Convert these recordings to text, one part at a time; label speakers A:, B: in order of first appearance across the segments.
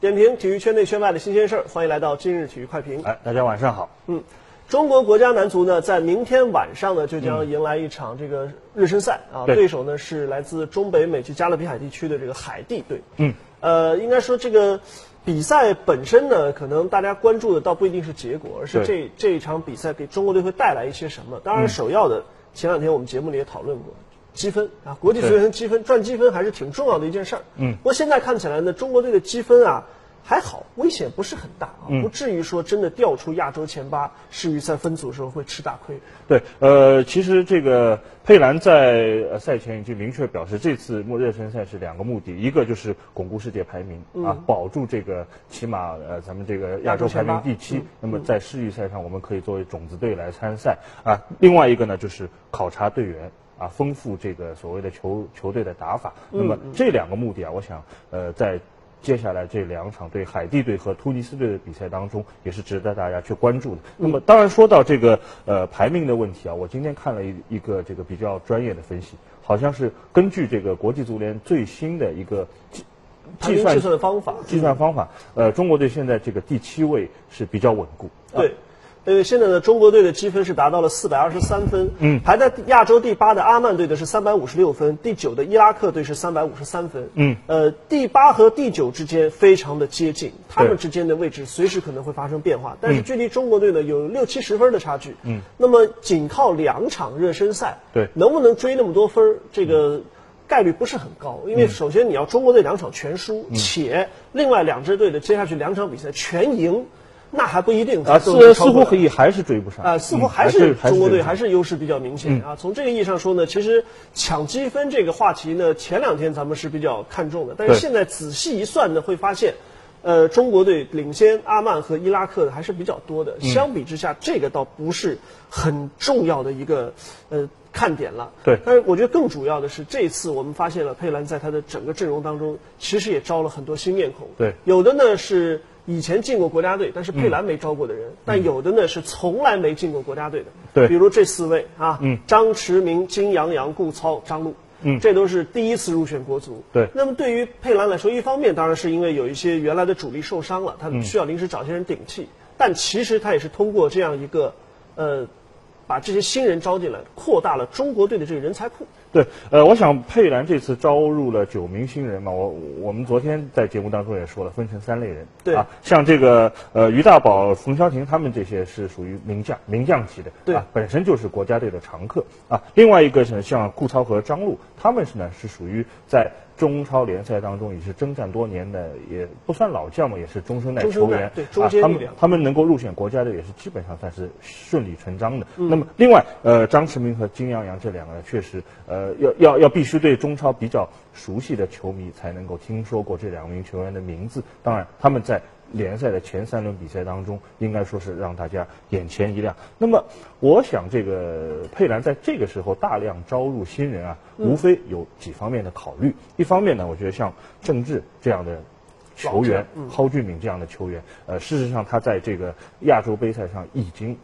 A: 点评体育圈内圈外的新鲜事儿，欢迎来到今日体育快评。
B: 哎，大家晚上好。
A: 嗯，中国国家男足呢，在明天晚上呢，就将迎来一场这个热身赛啊，
B: 对
A: 对手呢是来自中北美及加勒比海地区的这个海地队。
B: 嗯，
A: 呃，应该说这个比赛本身呢，可能大家关注的倒不一定是结果，而是这这一场比赛给中国队会带来一些什么。当
B: 嗯
A: 然，首要的、前两天我们节目里也讨论过。积分啊，国际足
B: 对
A: 联积分赚积分还是挺重要的一件事儿。嗯，不过现在看起来呢，中国队的积分啊还好，危险不是很大啊，
B: 嗯
A: 不至于说真的掉出亚洲前八，至于在分组的时候会吃大亏。
B: 对，呃，其实这个佩兰在呃赛前已经明确表示，这次末热身赛是两个目的，一个就是巩固世界排名、啊，保住这个起码呃咱们这个亚洲排名第七，
A: 嗯
B: 那么在世预赛上我们可以作为种子队来参赛啊。另外一个呢就是考察队员。啊，丰富这个所谓的球球队的打法。那
A: 嗯
B: 么这两个目的啊，我想，呃，在接下来这两场对海地队和突尼斯队的比赛当中，也是值得大家去关注的。那
A: 嗯
B: 么，当然说到这个呃排名的问题啊，我今天看了一一个这个比较专业的分析，好像是根据这个国际足联最新的一个计
A: 排名
B: 计算
A: 计算的方法
B: 计算方法，呃，中国队现在这个第七位是比较稳固。
A: 对，因为现在呢，中国队的积分是达到了四百二十三分，嗯，排在亚洲第八的阿曼队的是三百五十六分，第九的伊拉克队是三百五十三分，嗯，呃，第八和第九之间非常的接近，他们之间的位置随时可能会发生变化，但是距离中国队呢有六七十分的差距，嗯，那么仅靠两场热身赛，
B: 对
A: 能不能追那么多分儿，这个。概率不是很高，因为首先你要中国队两场全输，且另外两支队的接下去两场比赛全赢，那还不一定
B: 啊，
A: 都能
B: 似
A: 超
B: 似
A: 过
B: 乎
A: 的
B: 可以还是追不上
A: 啊，似乎
B: 嗯
A: 还是
B: 还嗯
A: 中国
B: 追
A: 队
B: 不上
A: 还是优势比较明显啊。从这个意义上说呢，其实抢积分这个话题呢，前两天咱们是比较看重的，但是
B: 对
A: 现在仔细一算呢，会发现，呃，中国队领先阿曼和伊拉克的还是比较多
B: 嗯
A: 的。相比之下，这个倒不是很重要的一个呃看点了。
B: 对
A: 但是我觉得更主要的是，这次我们发现了佩兰在他的整个阵容当中，其实也招了很多新面孔。
B: 对
A: 有的呢是以前进过国家队，但是佩兰没招过的人；但有的呢是从来没进过国家队的。
B: 嗯对嗯
A: 比如这四位啊，张驰明、金洋洋、顾操、张璐。嗯，这都是第一次入选国足。
B: 对
A: 那么对于佩兰来说，一方面当然是因为有一些原来的主力受伤了，他
B: 嗯
A: 需要临时找些人顶替。但其实他也是通过这样一个，呃，把这些新人招进来，扩大了中国队的这个人才库。
B: 对，呃，我想佩兰这次招入了九名新人嘛，我我们昨天在节目当中也说了，分成三类人，
A: 对
B: 啊，像这个呃于大宝、冯潇霆他们这些是属于名将、名将级的，
A: 对
B: 啊，本身就是国家队的常客啊。另外一个是像顾超和张璐，他们是呢是属于在中超联赛当中也是征战多年的，也不算老将嘛，也是中生代
A: 中生
B: 球
A: 代
B: 员，
A: 对中坚
B: 啊、他
A: 力
B: 们
A: 量
B: 他们能够入选国家队也是基本上算是顺理成章的。那么，另外，呃，张驰明和金洋洋这两个人确实，呃，要要要必须对中超比较熟悉的球迷才能够听说过这两名球员的名字。当然，他们在联赛的前三轮比赛当中，应该说是让大家眼前一亮。那么，我想这个佩兰在这个时候大量招入新人啊，无非有几方面的考虑。一方面呢，我觉得像郑智这样的球员，蒿俊闵这样的球员，呃，事实上他在这个亚洲杯赛上已经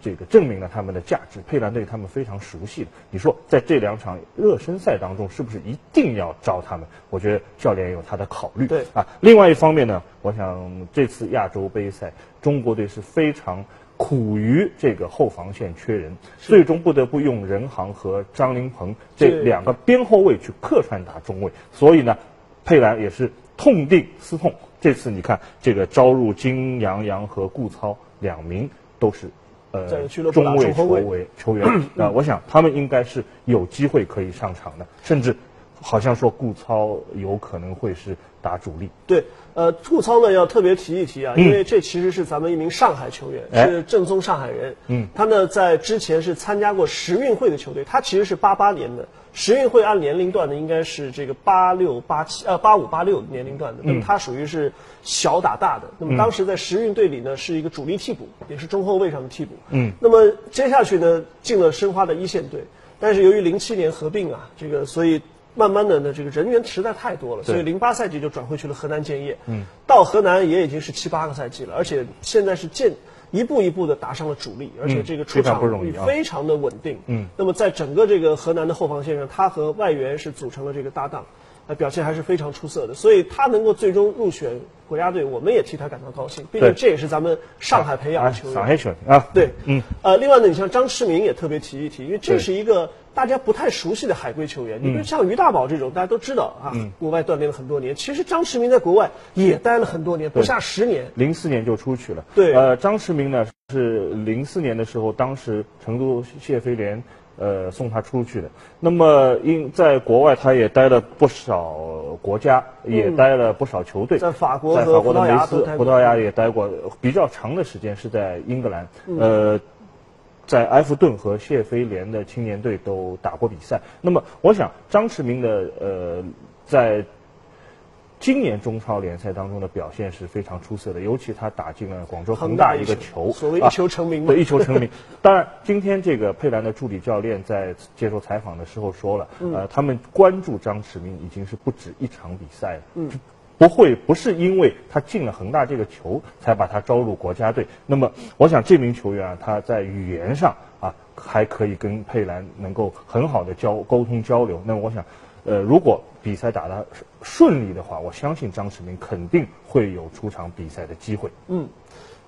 B: 这个证明了他们的价值，佩兰队他们非常熟悉的。你说在这两场热身赛当中，是不是一定要招他们？我觉得教练也有他的考虑。
A: 对
B: 啊，另外一方面呢，我想这次亚洲杯赛，中国队是非常。苦于这个后防线缺人，最终不得不用任航和张琳芃这
A: 对
B: 两个边后卫去客串打中卫，所以呢，佩兰也是痛定思痛。这次你看，这个招入金洋洋和顾操两名都是
A: 在
B: 呃
A: 俱乐部打
B: 中卫
A: 中后
B: 球
A: 卫
B: 卫球员， 那、我想他们应该是有机会可以上场的，甚至好像说顾操有可能会是打主力。
A: 对，呃，顾操呢要特别提一提啊，因为这其实是咱们一名上海球员，
B: 哎
A: 是正宗上海人。嗯，他呢在之前是参加过时运会的球队，他其实是八八年的。时运会按年龄段呢，应该是这个八六八七呃八五八六年龄段的，那么他属于是小打大的。那么当时在时运队里呢，是一个主力替补，也是中后卫上的替补。嗯，那么接下去呢，进了申花的一线队，但是由于零七年合并啊，这个所以慢慢的呢，这个人员实在太多了，所以零八赛季就转会去了河南建业。嗯，到河南也已经是七八个赛季了，而且现在是建一步一步的打上了主力，而且这个出
B: 嗯非常
A: 场
B: 不容
A: 率
B: 易啊
A: 非常的稳定。嗯，那么在整个这个河南的后防线上，他和外援是组成了这个搭档。呃，表现还是非常出色的，所以他能够最终入选国家队，我们也替他感到高兴。毕竟
B: 对
A: 这也是咱们上海培养
B: 啊，
A: 的球员。
B: 上海球员啊，
A: 对，
B: 嗯，
A: 呃，另外呢，你像张志明也特别提一提，因为这
B: 对嗯
A: 是一个大家不太熟悉的海归球员。你比如像于大宝这种，大家都知道啊，国外锻炼了很多年。其实张志明在国外
B: 嗯
A: 也待了很多年，不下十年。
B: 零四年就出去了。
A: 对
B: 呃，张世明呢是零四年的时候，当时成都谢菲联呃送他出去的。那么因在国外他也待了不少国家，也待了不少球队，
A: 嗯在法国
B: 在
A: 和
B: 法国的
A: 葡萄牙
B: 梅
A: 都
B: 斯
A: 待，
B: 葡
A: 过
B: 萄牙也待过，比较长的时间是在英格兰，
A: 嗯
B: 呃。在埃弗顿和谢菲联的青年队都打过比赛。那么，我想张驰明的呃，在今年中超联赛当中的表现是非常出色的，尤其他打进了广州恒大一个球，
A: 所谓
B: 啊
A: 一球成名嘛
B: 对，一球成名。 当然，今天这个佩兰的助理教练在接受采访的时候说了，呃，他们关注张驰明已经是不止一场比赛了，嗯，不会不是因为他进了恒大这个球才把他招入国家队。那么，我想这名球员啊，他在语言上啊还可以跟佩兰能够很好的交沟通交流。那么我想，呃，如果比赛打得顺利的话，我相信张驰明肯定会有出场比赛的机会。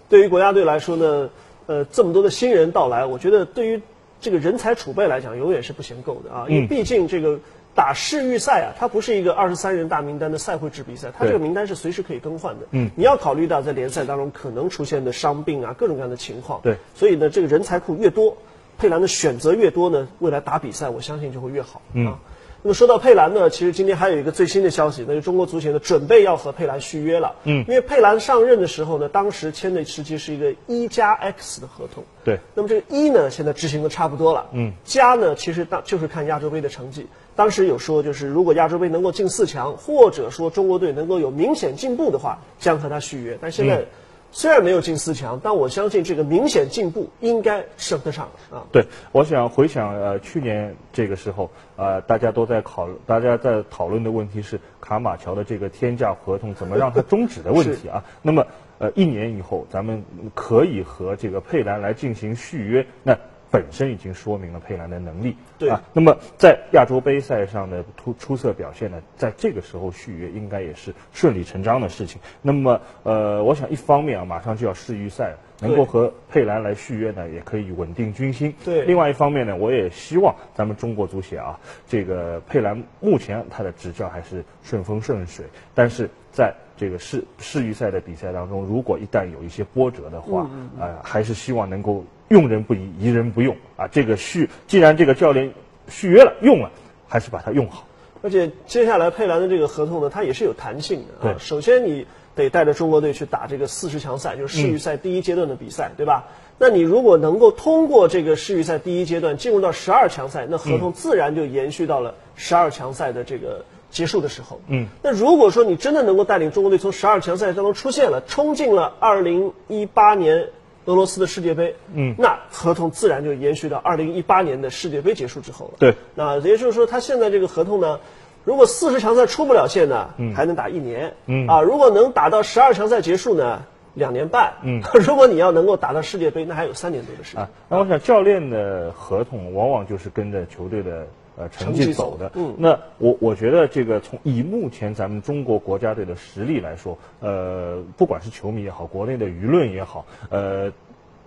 A: 对于国家队来说呢，呃，这么多的新人到来，我觉得对于这个人才储备来讲，永远是不嫌够的啊。因为毕竟这个打世预赛啊，它不是一个二十三人大名单的赛会制比赛，它
B: 对
A: 这个名单是随时可以更换的。嗯，你要考虑到在联赛当中可能出现的伤病啊，各种各样的情况。
B: 对
A: 所以呢，这个人才库越多，佩兰的选择越多呢，未来打比赛我相信就会越好。啊。那么说到佩兰呢，其实今天还有一个最新的消息，那就中国足协呢准备要和佩兰续约了。嗯，因为佩兰上任的时候呢，当时签的时期是一个一加 X 的合同。
B: 对，
A: 那么这个一呢，现在执行的差不多了。嗯，加呢，其实当就是看亚洲杯的成绩。当时有说，就是如果亚洲杯能够进四强，或者说中国队能够有明显进步的话，将和他续约。但现在虽然没有进四强，但我相信这个明显进步应该升得上啊。
B: 对，我想回想呃去年这个时候，呃大家都在考，大家在讨论的问题是卡马乔的这个天价合同怎么让它终止的问 题啊。那么呃一年以后，咱们可以和这个佩兰来进行续约，那本身已经说明了佩兰的能力。
A: 对
B: 啊，那么在亚洲杯赛上的突出色表现呢，在这个时候续约应该也是顺理成章的事情。那么呃，我想一方面啊，马上就要世预赛了。能
A: 对
B: 够和佩兰来续约呢，也可以稳定军心。
A: 对
B: 另外一方面呢，我也希望咱们中国足协啊，这个佩兰目前他的执教还是顺风顺水，但是在这个世世预赛的比赛当中，如果一旦有一些波折的话，呃，还是希望能够用人不疑，疑人不用啊。这个续，既然这个教练续约了，用了，还是把它用好。
A: 而且接下来佩兰的这个合同呢，它也是有弹性的啊。
B: 对
A: 首先你得带着中国队去打这个四十强赛，就是世预赛第一阶段的比赛，对吧？那你如果能够通过这个世预赛第一阶段进入到十二强赛，那合同自然就延续到了十二强赛的这个结束的时候。嗯。那如果说你真的能够带领中国队从十二强赛当中出现了，冲进了二零一八年俄罗斯的世界杯，嗯，那合同自然就延续到二零一八年的世界杯结束之后了。
B: 对
A: 那也就是说，他现在这个合同呢，如果四十强赛出不了线呢，还能打一年，嗯啊，如果能打到十二强赛结束呢，两年半，嗯， 如果你要能够打到世界杯，那还有三年多的时间。
B: 啊，那我想教练的合同往往就是跟着球队的呃成
A: 成绩
B: 绩
A: 走
B: 走的。
A: 嗯
B: 那我我觉得这个从以目前咱们中国国家队的实力来说，呃，不管是球迷也好，国内的舆论也好，呃，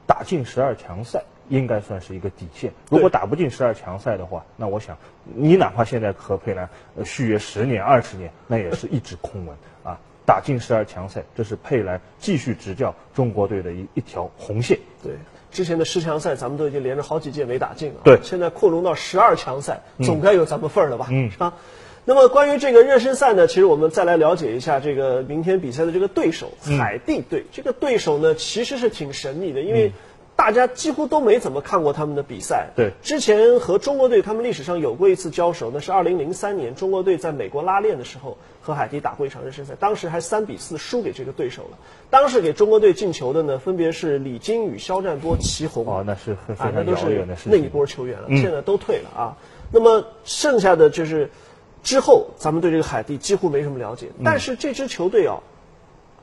B: 打进十二强赛。应该算是一个底线。如果打不进十二强赛的话，那我想，你哪怕现在和佩兰呃续约十年、二十年，那也是一纸空文啊！打进十二强赛，这是佩兰继续执教中国队的一一条红线。
A: 对，之前的十强赛咱们都已经连着好几届没打进了，
B: 对
A: 现在扩容到十二强赛，总该有咱们份儿了吧？嗯，是吧？那么关于这个热身赛呢，其实我们再来了解一下这个明天比赛的这个对手海地队。这个对手呢，其实是挺神秘的，因为大家几乎都没怎么看过他们的比赛。
B: 对
A: 之前和中国队他们历史上有过一次交手，那是二零零三年中国队在美国拉练的时候和海地打过一场热身赛，当时还三比四输给这个对手了。当时给中国队进球的呢，分别是李金羽、肖战波、祁宏。
B: 哦，那是非非
A: 啊，那
B: 常
A: 都
B: 遥
A: 是
B: 远的事情。嗯
A: 那一波球员了，现在都退了啊。那么剩下的就是之
B: 嗯
A: 哦后，咱们对这个海地几乎没什么了解。但是这支球队啊，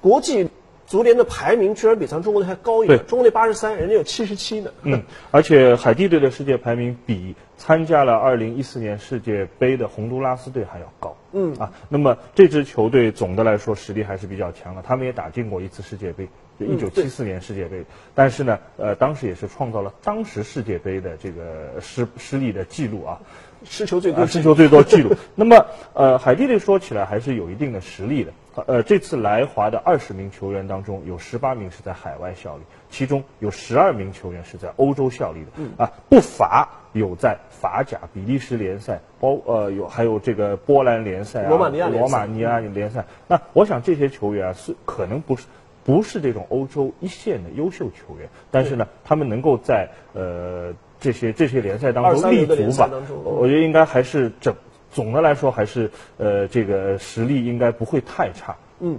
A: 国际足联的排名居然比咱中国队还高一
B: 对
A: 点，中国队八十三，人家有七十七呢。
B: 嗯，而且海地队的世界排名比参加了2014年世界杯的洪都拉斯队还要高。嗯啊，那么这支球队总的来说实力还是比较强的，他们也打进过一次世界杯，就
A: 嗯
B: 一九七四年世界杯。但是呢，呃，当时也是创造了当时世界杯的这个失失利的记录啊。
A: 失球最
B: 啊，
A: 多，
B: 世球最多记录。 那么，呃，海地队说起来还是有一定的实力的。呃，这次来华的二十名球员当中，有十八名是在海外效力，其中有十二名球员是在欧洲效力
A: 嗯
B: 的。啊，不乏有在法甲、比利时联赛，包呃有还有这个波兰联赛啊、
A: 罗马尼亚联赛
B: 罗马尼亚联赛。那我想这些球员啊，是可能不是。不是这种欧洲一线的优秀球员，但是呢，他们能够在呃这些这些联赛当
A: 二
B: 中
A: 三流
B: 哦立
A: 的联
B: 足
A: 赛
B: 吧
A: 当中，嗯
B: 我觉得应该还是整总的来说还是呃这个实力应该不会太差。
A: 嗯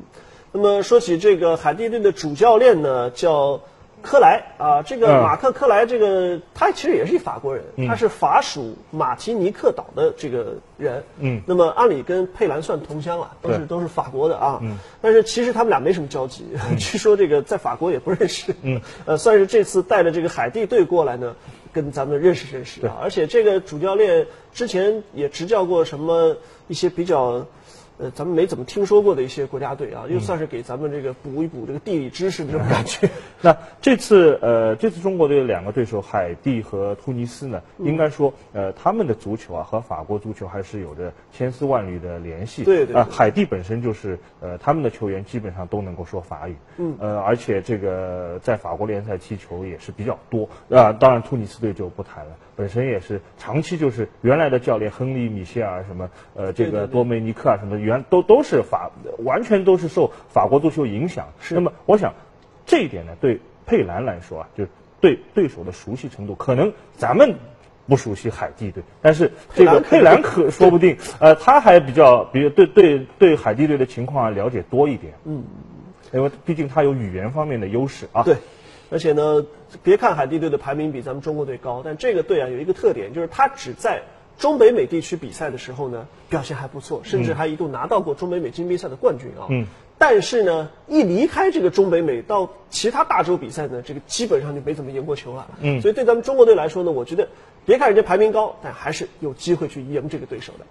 A: 那么说起这个海地队的主教练呢，叫克莱啊，这个
B: 嗯
A: 马克克莱，这个他其实也是一法国人，他是法属马提尼克岛的这个人。
B: 嗯
A: 那么按理跟佩兰算同乡了，都是
B: 对
A: 都是法国的啊。嗯，但是其实他们俩没什么交集， 据说这个在法国也不认识。嗯， 呃，算是这次带着这个海地队过来呢，跟咱们认识认识啊。而且这个主教练之前也执教过什么一些比较。呃，咱们没怎么听说过的一些国家队啊，又算是给咱们这个补一补这个地理知识这种感觉。
B: 那这次呃，这次中国队的两个对手海地和突尼斯呢，
A: 嗯
B: 应该说呃，他们的足球啊和法国足球还是有着千丝万缕的联系。
A: 对对
B: 啊、
A: 对
B: 海地本身就是呃，他们的球员基本上都能够说法语。嗯。呃，而且这个在法国联赛踢球也是比较多。啊、当然突尼斯队就不谈了，本身也是长期就是原来的教练亨利·米歇尔什么呃，这
A: 对对
B: 个
A: 对
B: 多梅尼克啊什么的原都都是法，完全都是受法国足球影响。
A: 是
B: 那么我想这一点呢，对佩兰来说啊，就是对对手的熟悉程度，可能咱们不熟悉海地队，但是这个
A: 佩
B: 佩
A: 兰
B: 兰可说不定，呃，他还比较，比如对对对海地队的情况啊了解多一点。嗯，因为毕竟他有语言方面的优势啊。
A: 对，而且呢，别看海地队的排名比咱们中国队高，但这个队啊有一个特点，就是他只在中北美地区比赛的时候呢表现还不错，甚至还一度拿到过中北美金杯赛的冠军啊。嗯。但是呢，一离开这个中北美到其他大洲比赛呢，这个基本上就没怎么赢过球了。嗯。所以对咱们中国队来说呢，我觉得别看人家排名高，但还是有机会去赢这个对手的。